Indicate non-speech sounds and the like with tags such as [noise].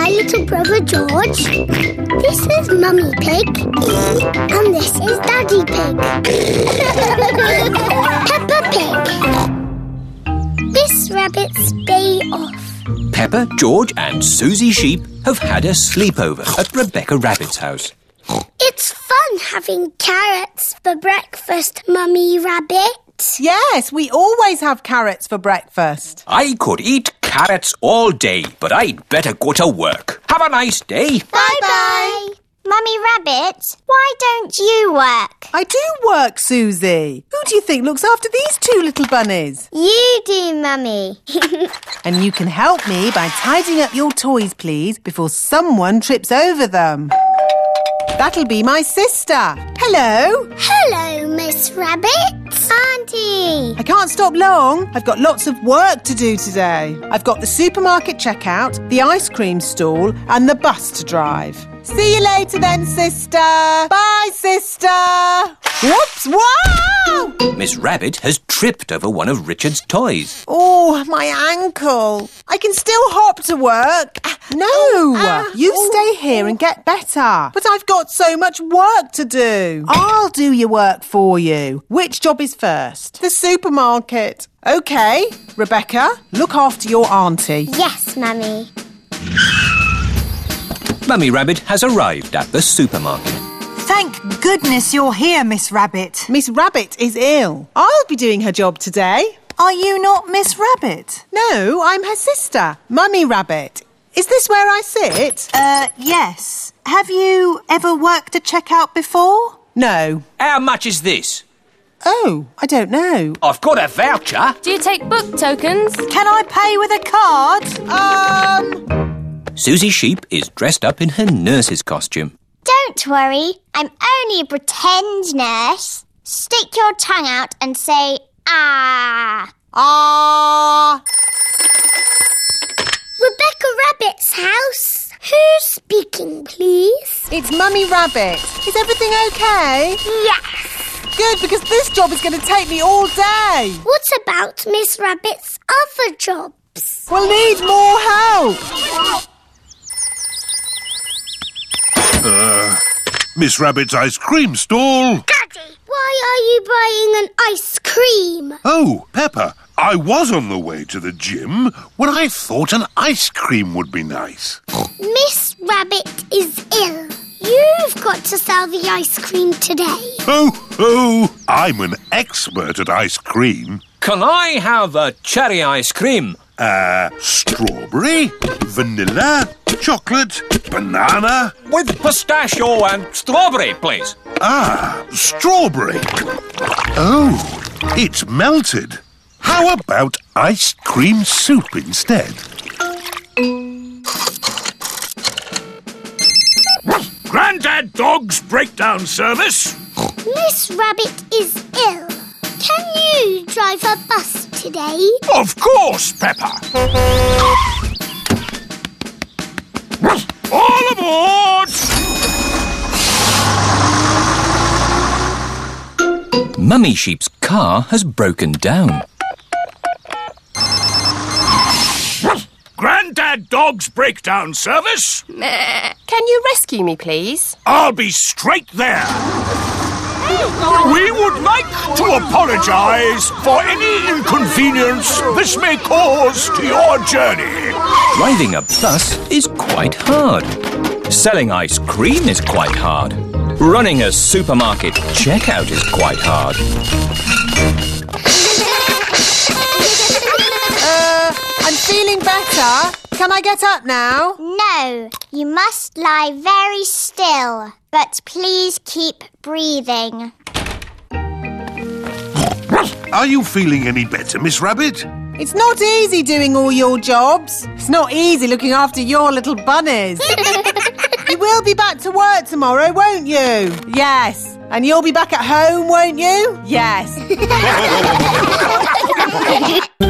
Brother George. This is Mummy Pig. And this is Daddy Pig. [laughs] Peppa Pig. This rabbit's day off. Pepper, George, and Susie Sheep have had a sleepover at Rebecca Rabbit's house. It's fun having carrots for breakfast, Mummy Rabbit. Yes, we always have carrots for breakfast. I could eat carrots all day, but I'd better go to work. Have a nice day. Bye bye. Mummy Rabbit, why don't you work? I do work, Susie. Who do you think looks after these two little bunnies? You do, [laughs] Mummy. And you can help me by tidying up your toys, please, before someone trips over them. That'll be my sister. Hello. Hello, Miss Rabbit. Auntie, I can't stop long. I've got lots of work to do today. I've got the supermarket checkout, the ice cream stall, and the bus to drive. See you later then, sister. Bye, sister. Whoops, wow! Miss Rabbit has tripped over one of Richard's toys. Oh, my ankle. I can still hop to work. Oh, No, you stay here and get better. oh. But I've got so much work to do. I'll do your work for you. Which job is first? The supermarket. Okay, Rebecca, look after your auntie. yes, Mummy. Mummy Rabbit has arrived at the supermarket. Thank goodness you're here, Miss Rabbit. Miss Rabbit is ill. I'll be doing her job today. Are you not Miss Rabbit? No, I'm her sister, Mummy Rabbit. Is this where I sit? Uh, yes. Have you ever worked a checkout before? No. How much is this? Oh, I don't know. I've got a voucher. Do you take book tokens? Can I pay with a card? Um. Susie Sheep is dressed up in her nurse's costume. Don't worry, I'm only a pretend nurse. Stick your tongue out and say, ah. Ah. Rebecca Rabbit's house. Who's speaking, please? It's Mummy Rabbit. Is everything okay? Yes. Good, because this job is going to take me all day. What about Miss Rabbit's other job? We'll need more help. Miss Rabbit's ice cream stall. Daddy, why are you buying an ice cream? Oh, Pepper, I was on the way to the gym when I thought an ice cream would be nice. Miss Rabbit is ill. You've got to sell the ice cream today. Ho, ho! I'm an expert at ice cream. Can I have a cherry ice cream? Uh, strawberry, vanilla, chocolate, banana. With pistachio and strawberry, please. Ah, strawberry. Oh, it's melted. How about ice cream soup instead? Grandad Dog's breakdown service. Miss Rabbit is ill. Can you drive a bus today? [laughs] Of course, Pepper. All aboard! Mummy Sheep's car has broken down. Grandad Dog's breakdown service. Can you rescue me, please? I'll be straight there. We would like to apologize for any inconvenience this may cause to your journey. Driving a bus is quite hard. Selling ice cream is quite hard. Running a supermarket checkout is quite hard. Uh, I'm feeling better. Can I get up now? No, you must lie very still, but please keep breathing. Are you feeling any better, Miss Rabbit? It's not easy doing all your jobs. It's not easy looking after your little bunnies. you will be back to work tomorrow, won't you? Yes. And you'll be back at home, won't you? Yes. [laughs]